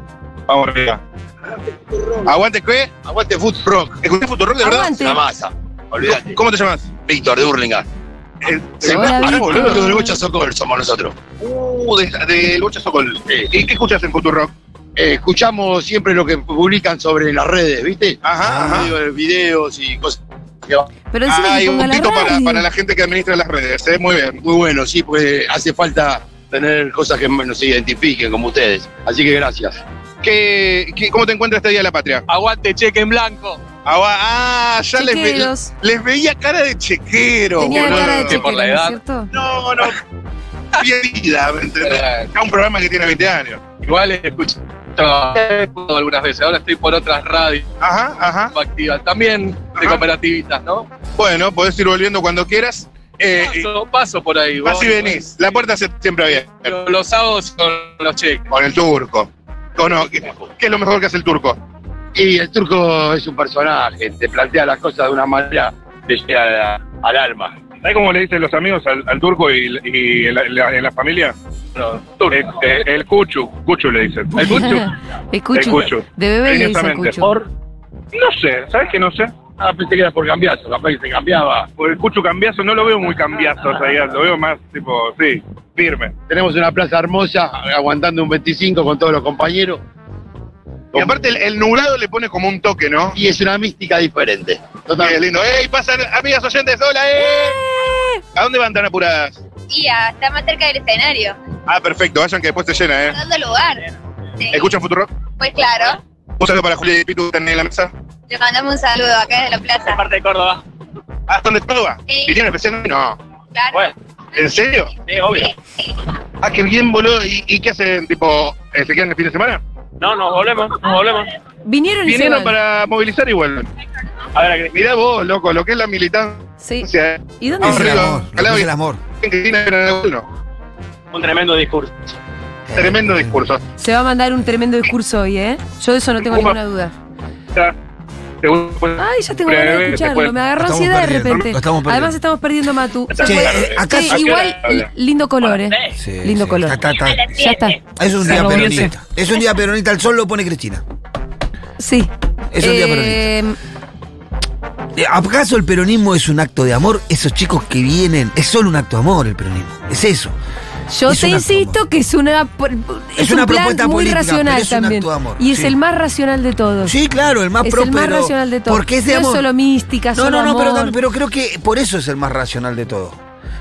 S4: Vamos arriba. Aguante, ¿qué?
S13: Aguante Food Rock.
S4: ¿Escuchás Futurock de verdad?
S1: Aguante.
S13: La masa. Olvídate.
S4: ¿Cómo te llamas?
S13: Víctor de Burlingame.
S1: Se va la
S13: Pará,
S1: Víctor.
S13: boludo, los del Bocha Socol somos nosotros.
S4: Uh, del de, Lucha Socol.
S13: Eh,
S4: ¿Y qué escuchas en Futurock?
S13: eh, escuchamos siempre lo que publican sobre las redes, ¿viste?
S4: Ajá, ajá.
S13: Medio de Videos y cosas.
S1: Pero encima que
S4: Hay un
S1: ponga la
S4: puntito para,
S1: radio.
S4: para la gente que administra las redes. ¿eh? Muy bien.
S13: Muy bueno, sí, pues hace falta tener cosas que nos identifiquen como ustedes. Así que gracias.
S4: ¿Qué, qué- cómo te encuentras este Día de la Patria?
S5: Aguante cheque en blanco.
S4: Agua- ah, ya les, ve-
S1: Chequeros.
S4: les veía cara de chequero.
S1: Tenía
S4: boludo.
S1: cara de
S13: que
S1: chequero,
S13: por la
S1: ¿no es
S13: edad.
S1: cierto?
S4: No, no. Piedida, ¿me entendés? Acá un programa que tiene 20 años.
S13: Igual escucho algunas veces. Ahora estoy por otras radios
S4: Ajá, ajá.
S13: activas. También
S4: Ajá.
S13: cooperativistas, ¿no?
S4: Bueno, podés ir volviendo cuando quieras. Eh,
S5: Ah,
S4: y-
S13: paso por ahí.
S4: vas y venís. La puerta se- siempre abierta.
S13: Pero los sábados con los cheques.
S4: Con el turco. Con, no, ¿qué, qué es lo mejor que hace el turco?
S13: Y el turco es un personaje, te plantea las cosas de una manera que llega a la- al alma.
S10: ¿Sabes cómo le dicen los amigos al, al turco y, y en, la, la- en la familia?
S13: No, turco.
S10: Este, el cuchu, cuchu le dicen. El cuchu.
S1: Escucho.
S10: Escucho.
S1: De bebé le dice
S10: Cariñosamente.
S1: escucho.
S10: No sé, ¿sabes que no sé?
S13: Ah, pensé que era por cambiazo, capaz que se cambiaba.
S10: Por el cuchu cambiazo no lo veo muy cambiazo, en realidad. Lo veo más tipo, sí, firme.
S13: Tenemos una plaza hermosa, aguantando un 25 con todos los compañeros,
S4: Y aparte el, el nublado le pone como un toque, ¿no?
S13: y es una mística diferente.
S4: Qué lindo. ¡Ey, pasan amigas oyentes! ¡Hola, eh! ¿A dónde van tan apuradas?
S11: Y ya, está más cerca del escenario,
S4: Ah, perfecto. Vayan que después se llena, ¿eh?
S11: dando lugar. Sí,
S4: ¿Escuchan Futuro?
S11: Pues claro,
S4: Un saludo para Julia y Pitu que están en la mesa.
S11: le mandamos un saludo acá desde la plaza.
S5: Parte de Córdoba.
S4: ¿Ah, ¿están de Córdoba?
S11: Sí.
S4: ¿Vinieron especialmente? No.
S11: Claro.
S5: Bueno,
S4: ¿En serio?
S5: sí, obvio.
S4: Ah, qué bien, boludo. ¿Y, y qué hacen? ¿Tipo, eh, se quedan el fin de semana?
S5: No, nos volvemos, nos volvemos.
S1: Vinieron y se
S4: Vinieron
S1: van.
S4: para movilizar y vuelven.
S5: A ver, Cristina.
S4: Mirá vos, loco, lo que es la militancia.
S1: Sí.
S4: eh.
S1: ¿Y dónde
S2: Es
S1: se
S2: el
S4: Arriba.
S2: amor. lo que
S4: Claudio.
S2: Es el amor.
S4: En Cristina era en alguno.
S5: Un tremendo discurso.
S4: Tremendo discurso.
S1: Se va a mandar un tremendo discurso hoy, ¿eh? Yo de eso no tengo
S4: Upa.
S1: ninguna duda. Ay, ya tengo ganas de escucharlo. Me agarró ansiedad de repente. Además, estamos perdiendo Matu.
S2: Che, eh, acá
S1: Sí,
S2: sí.
S1: igual,
S2: ¿A qué hora?
S1: lindo color, ¿eh? lindo color.
S2: Está, está, está.
S1: Ya está.
S2: Es un día
S1: Salvo diez.
S2: peronista. Es un día peronista. El sol lo pone Cristina.
S1: Sí. Eh,
S2: Es un día Eh, ¿Acaso el peronismo es un acto de amor? Esos chicos que vienen, es solo un acto de amor el peronismo. Es eso.
S1: Yo
S2: Es
S1: te
S2: un acto de
S1: insisto que es una por- es,
S2: Es
S1: un
S2: una
S1: plan
S2: propuesta
S1: muy
S2: política,
S1: racional
S2: pero es un
S1: también
S2: acto de amor,
S1: y es
S2: sí.
S1: el más racional de todos.
S2: Sí, claro, el más
S1: es
S2: pro,
S1: el más
S2: pero-
S1: racional de todos.
S2: porque es de
S1: no
S2: amor.
S1: es solo mística,
S2: No,
S1: solo
S2: no, no,
S1: amor.
S2: pero, tam- pero creo que por eso es el más racional de todo.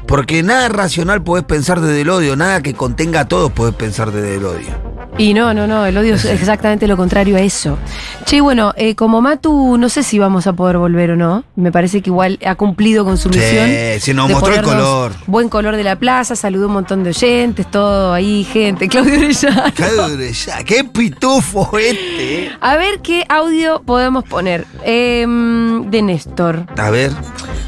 S2: Porque nada racional podés pensar desde el odio, nada que contenga a todos podés pensar desde el odio.
S1: Y no, no, no, el odio es exactamente lo contrario a eso. Che, bueno, eh, como Matu, no sé si vamos a poder volver o no. Me parece que igual ha cumplido con su
S2: Sí,
S1: misión.
S2: se nos
S1: de
S2: mostró el
S1: ponernos
S2: color.
S1: Buen color de la plaza, saludó un montón de oyentes, todo ahí, gente. Claudio Orellana.
S2: Cabre, ya, ¡Qué pitufo este! eh.
S1: A ver qué audio podemos poner. Em, de Néstor.
S2: A ver,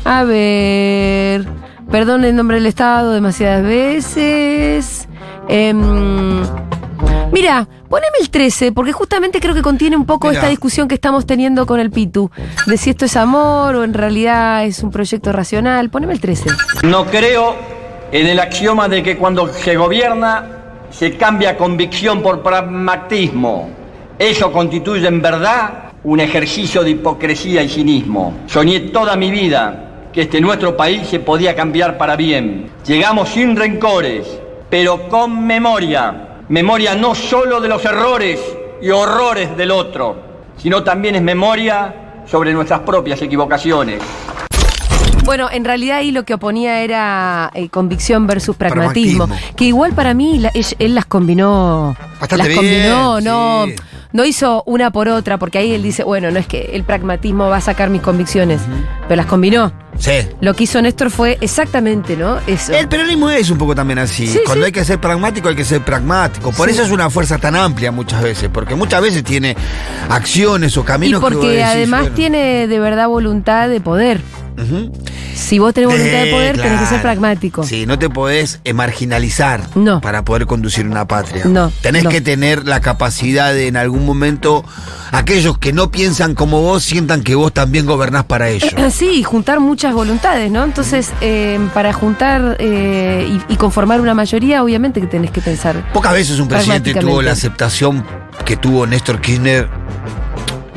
S1: A ver. Perdón el nombre del Estado demasiadas veces. Em, mira, poneme el 13, porque justamente creo que contiene un poco
S2: Mirá.
S1: esta discusión que estamos teniendo con el Pitu. De si esto es amor o en realidad es un proyecto racional. Poneme el 13.
S5: No creo en el axioma de que cuando se gobierna se cambia convicción por pragmatismo. Eso constituye en verdad un ejercicio de hipocresía y cinismo. Soñé toda mi vida que este nuestro país se podía cambiar para bien. Llegamos sin rencores, pero con memoria. Memoria no solo de los errores y horrores del otro, sino también es memoria sobre nuestras propias equivocaciones.
S1: Bueno, en realidad ahí lo que oponía era eh, convicción versus pragmatismo, Que igual para mí la- él, él las combinó.
S2: Bastante
S1: las
S2: bien,
S1: combinó,
S2: sí.
S1: no. No hizo una por otra, porque ahí él dice, bueno, no es que el pragmatismo va a sacar mis convicciones, pero las combinó.
S2: sí.
S1: Lo que hizo Néstor fue exactamente, ¿no? Eso.
S2: El peronismo es un poco también así.
S1: Sí,
S2: Cuando
S1: sí.
S2: hay que ser pragmático, hay que ser pragmático. Por
S1: Sí.
S2: eso es una fuerza tan amplia muchas veces, porque muchas veces tiene acciones o
S1: y
S2: caminos que vos
S1: porque
S2: decís,
S1: además
S2: bueno,
S1: tiene de verdad voluntad de poder.
S2: ujú.
S1: Si vos tenés voluntad de
S2: Eh,
S1: poder, tenés que ser
S2: claro.
S1: pragmático.
S2: Sí, no te podés eh, marginalizar
S1: No.
S2: para poder conducir una patria.
S1: No,
S2: Tenés
S1: no.
S2: que tener la capacidad de en algún momento aquellos que no piensan como vos sientan que vos también gobernás para ellos.
S1: Eh, Sí, y juntar muchas voluntades, ¿no? Entonces, eh, para juntar eh, y, y conformar una mayoría, obviamente que tenés que pensar.
S2: Pocas veces un presidente tuvo
S1: Pragmáticamente.
S2: la aceptación que tuvo Néstor Kirchner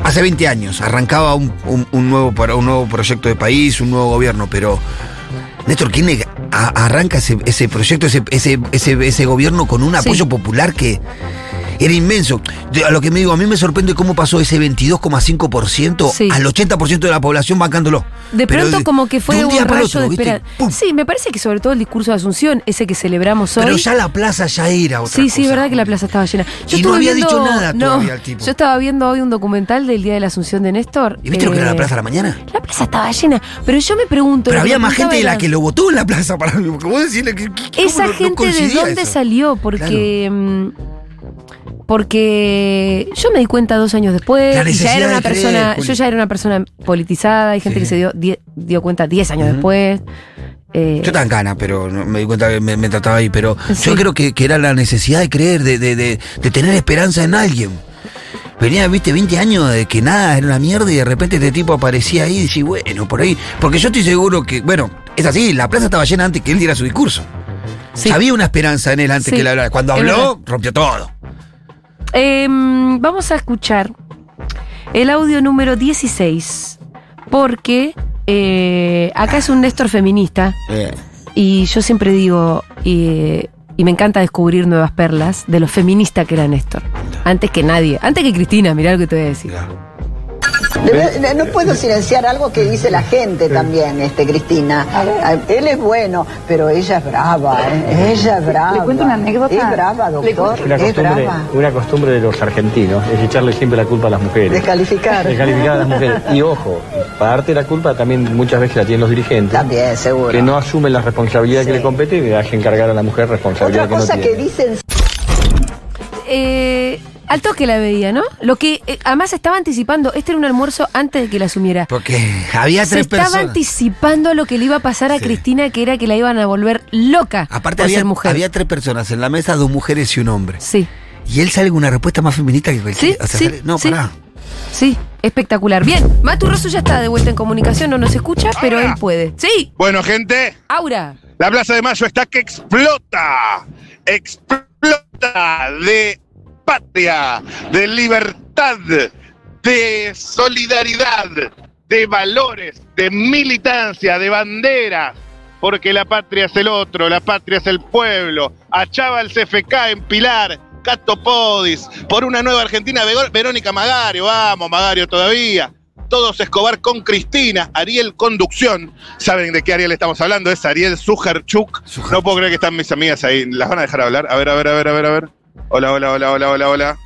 S2: hace 20 años. Arrancaba un, un- un nuevo, para- un nuevo proyecto de país, un nuevo gobierno, pero Néstor Kirchner a- arranca ese, ese proyecto, ese, ese, ese- ese gobierno con un
S1: Sí.
S2: apoyo popular que era inmenso. De- A lo que me digo, a mí me sorprende cómo pasó ese 22,5%
S1: Sí.
S2: al 80% de la población bancándolo.
S1: De
S2: Pero
S1: pronto, como que fue
S2: de
S1: un,
S2: día para
S1: rayo
S2: otro,
S1: de
S2: ¿viste?
S1: esperanza. Sí, me parece que sobre todo el discurso de Asunción, ese que celebramos hoy.
S2: Pero ya la plaza ya era otra
S1: Sí, sí, es
S2: cosa.
S1: verdad que la plaza estaba llena.
S2: Y no
S1: estuve
S2: había dicho nada todavía el tipo.
S1: Yo estaba viendo hoy un documental del Día de la Asunción de Néstor. eh,
S2: ¿Y viste lo que era la plaza a la mañana?
S1: La plaza estaba llena, pero yo me pregunto.
S2: Pero
S1: lo que
S2: había
S1: me
S2: más
S1: preguntaba
S2: gente de la
S1: era,
S2: que lo votó en la plaza para mí, porque vos decís, ¿qué- qué- qué-
S1: ¿Esa
S2: cómo no- no
S1: gente de
S2: coincidía
S1: dónde
S2: eso?
S1: salió? Porque. mm, Porque yo me di cuenta dos años
S2: La
S1: después y ya
S2: necesidad
S1: era una
S2: de creer,
S1: persona,
S2: Juli.
S1: yo ya era una persona politizada, hay gente
S2: Sí.
S1: que se dio, die- dio cuenta diez años
S2: Ujú.
S1: después. Eh,
S2: Yo tan gana, pero no- me di cuenta que me, me trataba ahí, pero
S1: Sí.
S2: yo creo que, que era la necesidad de creer, de, de- de- de tener esperanza en alguien. Venía, viste, 20 años de que nada era una mierda y de repente este tipo aparecía ahí y decís, bueno, por ahí. Porque yo estoy seguro que, bueno, es así, la plaza estaba llena antes que él diera su discurso.
S1: Sí.
S2: Había una esperanza en él antes
S1: Sí,
S2: que él hablara. Cuando
S1: es
S2: habló, rompió todo.
S1: Em, vamos a escuchar el audio número 16, porque eh, acá es un Néstor feminista y yo siempre digo, eh, y me encanta descubrir nuevas perlas de lo feminista que era Néstor. Antes que nadie, antes que Cristina, mirá lo que te voy a decir.
S14: De ver- No puedo silenciar algo que dice la gente también, este Cristina. Ah, Él es bueno, pero ella es brava, ¿eh? ella es brava.
S15: ¿Le cuento una anécdota?
S14: Es brava,
S15: Le cuento-
S14: doctor,
S16: Una
S14: es
S16: costumbre,
S14: brava.
S16: una costumbre de los argentinos es echarle siempre la culpa a las mujeres.
S14: Descalificar.
S16: Descalificar a las mujeres. Y ojo, para darte la culpa también muchas veces la tienen los dirigentes.
S14: También, seguro.
S16: Que no asumen la responsabilidad que le compete y le dejan cargar a la mujer responsabilidad
S14: Otra
S16: que no
S14: cosa
S16: tiene.
S14: que dicen
S1: Eh, al toque la veía, ¿no? Lo que eh, además estaba anticipando, este era un almuerzo antes de que la asumiera.
S2: Porque había
S1: Se
S2: tres
S1: estaba
S2: personas.
S1: anticipando a lo que le iba a pasar a Cristina, que era que la iban a volver loca
S2: Aparte
S1: por
S2: había,
S1: ser mujer.
S2: había tres personas en la mesa, dos mujeres y un hombre.
S1: Sí.
S2: Y él sale con una respuesta más feminista que cualquiera.
S1: Sí, sí,
S2: sale- no,
S1: sí.
S2: pará.
S1: Sí, Espectacular. Bien, Maturroso ya está de vuelta en comunicación, no nos escucha, pero él puede. Sí.
S4: Bueno, gente.
S1: Aura.
S4: La Plaza de Mayo está que explota. Explota de patria, de libertad, de solidaridad, de valores, de militancia, de banderas. Porque la patria es el otro, la patria es el pueblo. Achaba el CFK en Pilar, Cato Podis, por una nueva Argentina, Vegor- Verónica Magario, vamos Magario todavía. Todos Escobar con Cristina, Ariel Conducción. ¿Saben de qué Ariel estamos hablando? Es Ariel Sujarchuk. No puedo creer que están mis amigas ahí. ¿Las van a dejar hablar? A ver, a ver, a ver, a ver, a ver. Hola, hola, hola, hola, hola, hola.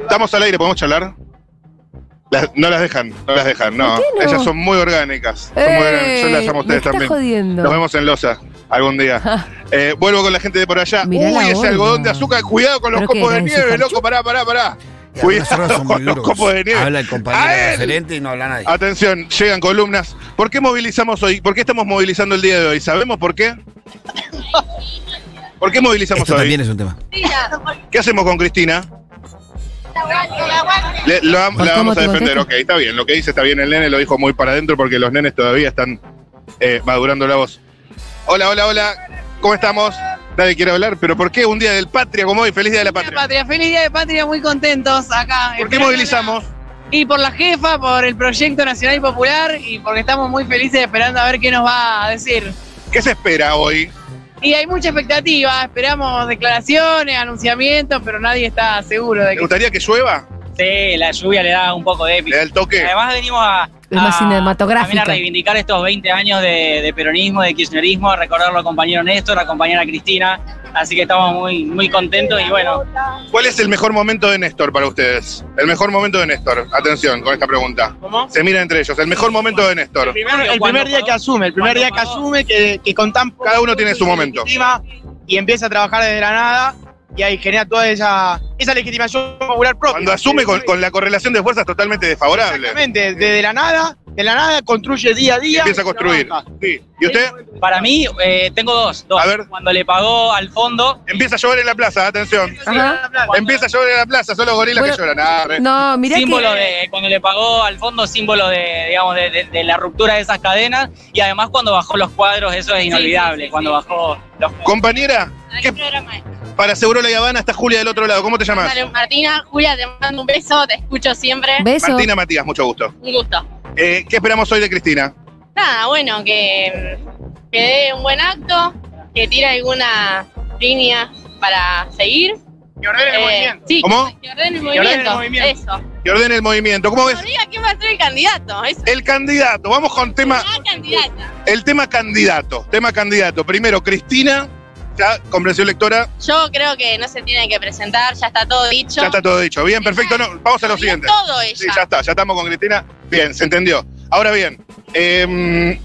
S4: Estamos al aire, ¿podemos charlar? Las- no las dejan, no las dejan, no.
S1: ¿Por qué no?
S4: Ellas son muy orgánicas. Son muy
S1: Ey,
S4: orgánicas. Yo las amo a
S1: Eh, me
S4: ustedes
S1: está
S4: también.
S1: jodiendo. Ah.
S4: Nos vemos en Loza algún día. Eh, vuelvo con la gente de por allá.
S1: Mirá
S4: Uy,
S1: la
S4: ese
S1: olla.
S4: algodón de azúcar, cuidado con los
S1: ¿Pero qué
S4: copos de
S1: eran,
S4: nieve,
S1: azúcar
S4: loco, pará, pará, pará. Cuidado con los copos de nieve.
S2: Habla el
S4: ¡A
S2: compañero
S4: él!
S2: referente y no habla nadie.
S4: Atención, llegan columnas. ¿Por qué movilizamos hoy? ¿Por qué estamos movilizando el día de hoy? ¿Sabemos por qué? ¿Por qué movilizamos
S2: Esto
S4: hoy?
S2: también es un tema.
S4: ¿Qué hacemos con Cristina? Le- lo am-
S2: ¿Por
S4: la
S2: cómo
S4: vamos a
S2: te
S4: defender, ok,
S2: contesta?
S4: está bien. Lo que dice está bien el nene, lo dijo muy para adentro porque los nenes todavía están eh, madurando la voz. Hola, hola, hola. ¿Cómo estamos? Nadie quiere hablar, pero ¿por qué un día del patria como hoy? Feliz día de la patria.
S6: Patria, feliz día de patria, muy contentos acá.
S4: ¿Por qué movilizamos?
S6: Y por la jefa, por el proyecto nacional y popular y porque estamos muy felices esperando a ver qué nos va a decir.
S4: ¿Qué se espera hoy?
S6: Y hay mucha expectativa, esperamos declaraciones, anunciamientos, pero nadie está seguro de
S4: ¿Te
S6: que
S4: gustaría que llueva?
S15: Sí, la lluvia le da un poco de épica.
S4: ¿Le da el toque?
S15: Además venimos a,
S1: Es más
S15: a- también a
S1: cinematográfica.
S15: reivindicar estos 20 años de, de peronismo, de kirchnerismo, a recordarlo al compañero Néstor, a la compañera Cristina. Así que estamos muy, muy contentos y bueno,
S4: ¿Cuál es el mejor momento de Néstor para ustedes? El mejor momento de Néstor. Atención con esta pregunta.
S17: ¿Cómo?
S4: Se mira entre ellos. El mejor momento de Néstor.
S17: el primer día que asume, el primer día que asume, que, que con tan
S4: Cada uno tiene su momento.
S17: legitima y empieza a trabajar desde la nada y ahí genera toda esa, esa legitimación popular propia.
S4: Cuando asume con, con la correlación de fuerzas totalmente desfavorable.
S17: Exactamente, desde la nada, de la nada construye día a día.
S4: Empieza a construir. Sí. ¿Y usted?
S15: para mí eh, tengo dos, dos. Cuando le pagó al fondo...
S4: Empieza a llover en la plaza, atención.
S1: Ajá.
S4: Empieza a llover en la plaza, son los gorilas que
S15: Bueno,
S4: lloran. Ah, re-
S1: No, mirá
S15: símbolo
S1: que-
S15: de cuando le pagó al fondo símbolo de digamos de, de- de la ruptura de esas cadenas y además cuando bajó los cuadros eso es inolvidable cuando bajó los
S4: Compañera, ¿qué- para Seguro La Habana está Julia del otro lado. ¿Cómo te llamas?
S7: Dale, Martina, Julia, te mando un beso, te escucho siempre.
S4: Martina Matías, mucho gusto.
S7: Un gusto.
S4: Eh, ¿Qué esperamos hoy de Cristina?
S7: Nada, bueno, que, que dé un buen acto, que tire alguna línea para seguir.
S17: Que ordene el movimiento.
S7: Eh, Sí,
S4: ¿Cómo?
S7: que ordene el
S4: Que ordene el
S7: movimiento.
S4: movimiento.
S7: Eso.
S4: Que ordene el movimiento. ¿Cómo ves?
S7: No diga quién va a ser el candidato. Eso.
S4: El candidato. Vamos con tema.
S7: La candidata.
S4: El tema candidato. Tema candidato. Primero, Cristina. Ya, comprensión lectora.
S7: Yo creo que no se tiene que presentar, ya está todo dicho.
S4: Ya está todo dicho. Bien, perfecto. No, vamos a lo siguiente.
S7: todo ella.
S4: Sí, ya está. Ya estamos con Cristina. Bien, se entendió. Ahora bien, eh,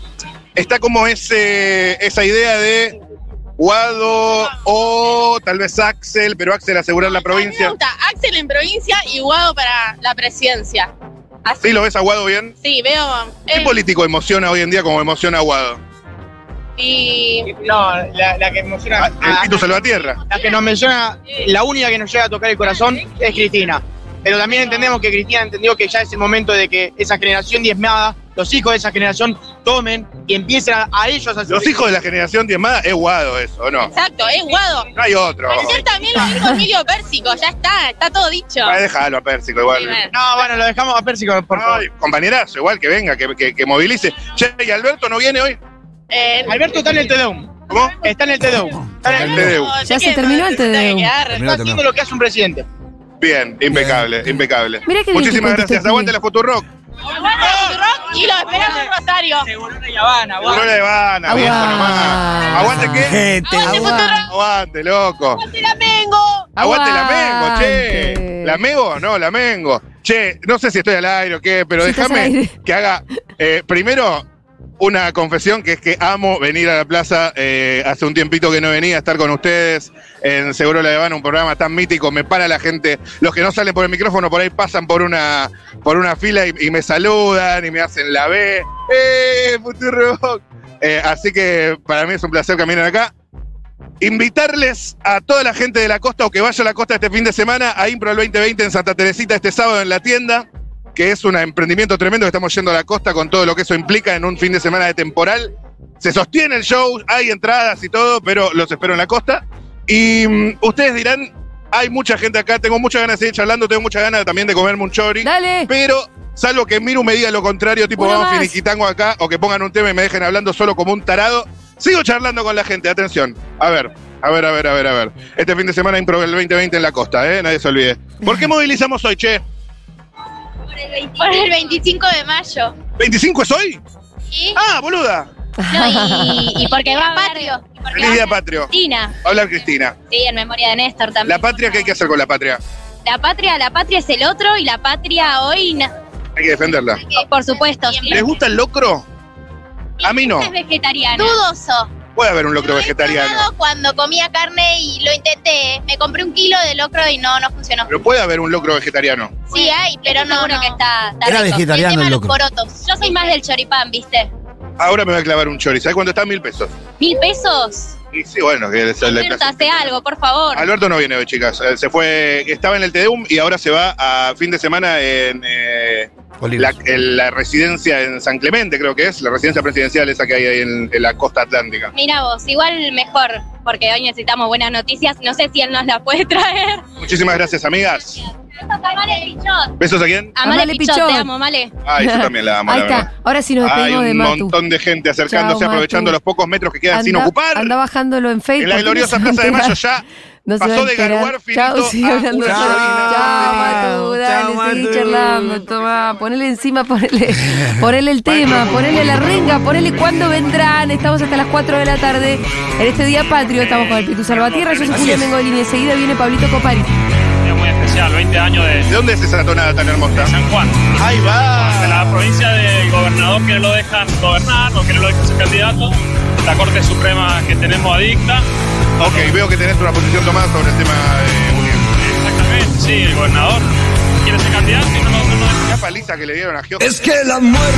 S4: está como ese, esa idea de Guado o tal vez Axel, pero Axel asegurar la
S7: Me
S4: provincia.
S7: gusta Axel en provincia y Guado para la presidencia.
S4: ¿Sí lo ves a Guado bien?
S7: Sí, veo.
S4: ¿Qué
S7: eh,
S4: político emociona hoy en día como emociona a Guado?
S7: y.
S17: No, la, la que emociona.
S4: Ah,
S7: Ah.
S4: El Tito Salvatierra.
S17: La que nos menciona, la única que nos llega a tocar el corazón es Cristina. Pero también entendemos que Cristina entendió que ya es el momento de que esa generación diezmada, los hijos de esa generación, tomen y empiecen a, a ellos a
S4: Los hijos de la generación diezmada es Guado eso, ¿o ¿no?
S7: Exacto, es Guado.
S4: No hay otro.
S7: Parecer también lo dijo Emilio Pérsico, ya está, está todo dicho.
S4: Ah, déjalo a Pérsico igual.
S7: Sí, bueno.
S17: No, bueno, lo dejamos a Pérsico, por favor.
S4: Ay, compañerazo, igual que venga, que, que- que movilice. Che, ¿y Alberto no viene hoy?
S7: Eh,
S17: Alberto está en el TDUM.
S4: ¿Cómo?
S17: Está en el TDUM. Está en
S4: El TDU.
S1: Ya se terminó el TDU.
S17: Está haciendo lo que hace un presidente.
S4: Bien, impecable, impecable.
S1: Mirá qué bien que
S4: Muchísimas
S1: contestó
S4: gracias.
S1: este
S4: Aguante la Futurock.
S7: Aguante el rock y lo esperamos en Rosario.
S15: La Habana,
S4: Seguro la Habana, viejo nomás. ¿Aguante qué?
S7: Aguante, Futurock.
S4: Aguante, loco.
S7: ¡Aguante la Mengo!
S4: Aguante la Mengo, che. ¿La Mego? No, la Mengo. Che, no sé si estoy al aire o qué, pero
S1: Sí, estás al
S4: déjame
S1: aire.
S4: que haga eh, primero una confesión, que es que amo venir a la plaza. eh, hace un tiempito que no venía a estar con ustedes en Seguro La Habana, un programa tan mítico. Me para la gente. Los que no salen por el micrófono por ahí pasan por una, por una fila y, y me saludan y me hacen la B. ¡Eh, Futurock! Eh, así que para mí es un placer caminar acá invitarles a toda la gente de la costa o que vaya a la costa este fin de semana a Impro el 2020 en Santa Teresita este sábado en la tienda. que es un emprendimiento tremendo que estamos yendo a la costa con todo lo que eso implica en un fin de semana de temporal. Se sostiene el show, hay entradas y todo, pero los espero en la costa. Y mm, ustedes dirán, hay mucha gente acá, tengo muchas ganas de seguir charlando, tengo muchas ganas también de comerme un chori.
S1: Dale.
S4: Pero salvo que Miru me diga lo contrario, tipo
S1: Una
S4: vamos
S1: más.
S4: finiquitango acá, o que pongan un tema y me dejen hablando solo como un tarado, sigo charlando con la gente, atención. A ver, a ver, a ver, a ver, a ver. Este fin de semana Impro el 2020 en la costa, ¿eh? Nadie se olvide. ¿Por qué movilizamos hoy, che?
S7: Por el 25 de mayo.
S4: ¿25 es hoy? Ah, boluda.
S7: No, y, y porque va a patrio.
S4: Feliz día patrio.
S7: Cristina.
S4: Habla Cristina.
S7: Sí, en memoria de Néstor
S4: La
S7: también.
S4: patria, ¿qué hay que hacer con la patria?
S7: La patria, la patria es el otro y la patria hoy, na-
S4: Hay que defenderla.
S7: por supuesto. sí.
S4: ¿Les gusta el locro? A mí no.
S7: Es vegetariana. Dudoso.
S4: Puede haber un locro vegetariano.
S7: Cuando comía carne y lo intenté, me compré un kilo de locro y no, no funcionó.
S4: Pero puede haber un locro vegetariano.
S7: Sí hay, pero no, seguro que está, está
S4: Era
S7: rico.
S4: vegetariano
S7: tema
S4: el
S7: de
S4: locro.
S7: Los porotos. Yo soy más del choripán, ¿viste?
S4: Ahora me voy a clavar un chorizo. ¿Sabes cuánto está? Mil pesos.
S7: ¿Mil pesos?
S4: Y sí, bueno, que es la clase.
S7: Inventate algo, por favor.
S4: Alberto no viene hoy, chicas. Eh, Se fue, estaba en el TEDUM y ahora se va a fin de semana en, eh, la, en la residencia en San Clemente, creo que es, la residencia presidencial esa que hay ahí en, en la costa atlántica.
S7: Mira vos, igual mejor, porque hoy necesitamos buenas noticias. No sé si él nos las puede traer.
S4: Muchísimas gracias, amigas.
S7: Male Pichot.
S4: ¿Besos a quién?
S7: A
S1: Male
S7: Male Pichot,
S1: Pichot.
S7: te amo, Male.
S4: Ay, yo también la amo,
S1: Ahí
S4: la
S1: está.
S4: verdad.
S1: Ahora sí nos
S4: Hay
S1: despedimos de
S4: un
S1: Matu.
S4: montón de gente
S1: Chao,
S4: acercándose,
S1: Matu.
S4: aprovechando los pocos metros que quedan sin
S1: Andá-
S4: ocupar.
S1: Andá bajándolo en Facebook.
S4: En la gloriosa Plaza de Mayo ya pasó de Garuar finito
S1: Chao, sí,
S4: a
S1: hablando de
S4: una
S1: Chao,
S4: sobrina.
S1: Matu, dale, seguí charlando. Tomá, ponele encima, ponele, ponele el tema, ponele la renga, ponele cuándo vendrán. Estamos hasta las 4 de la tarde. En este día patrio estamos con el Pitu Salvatierra. Yo soy
S10: Así
S1: Julia
S10: es.
S1: Mengolini. Enseguida viene Pablito Copari.
S10: Es muy especial, 20 años de...
S4: ¿De dónde es esa tonada tan hermosa?
S10: San Juan.
S4: Ahí va.
S10: De la provincia del gobernador que no lo dejan gobernar, o que no lo dejan ser candidato, la Corte Suprema que tenemos adicta.
S4: Ok, veo que tenés una posición tomada sobre el tema de Unión.
S10: Exactamente, sí, el gobernador quiere ser candidato y no lo no lo dejan.
S4: La paliza que le dieron a Gioja.
S18: Es que la muerte.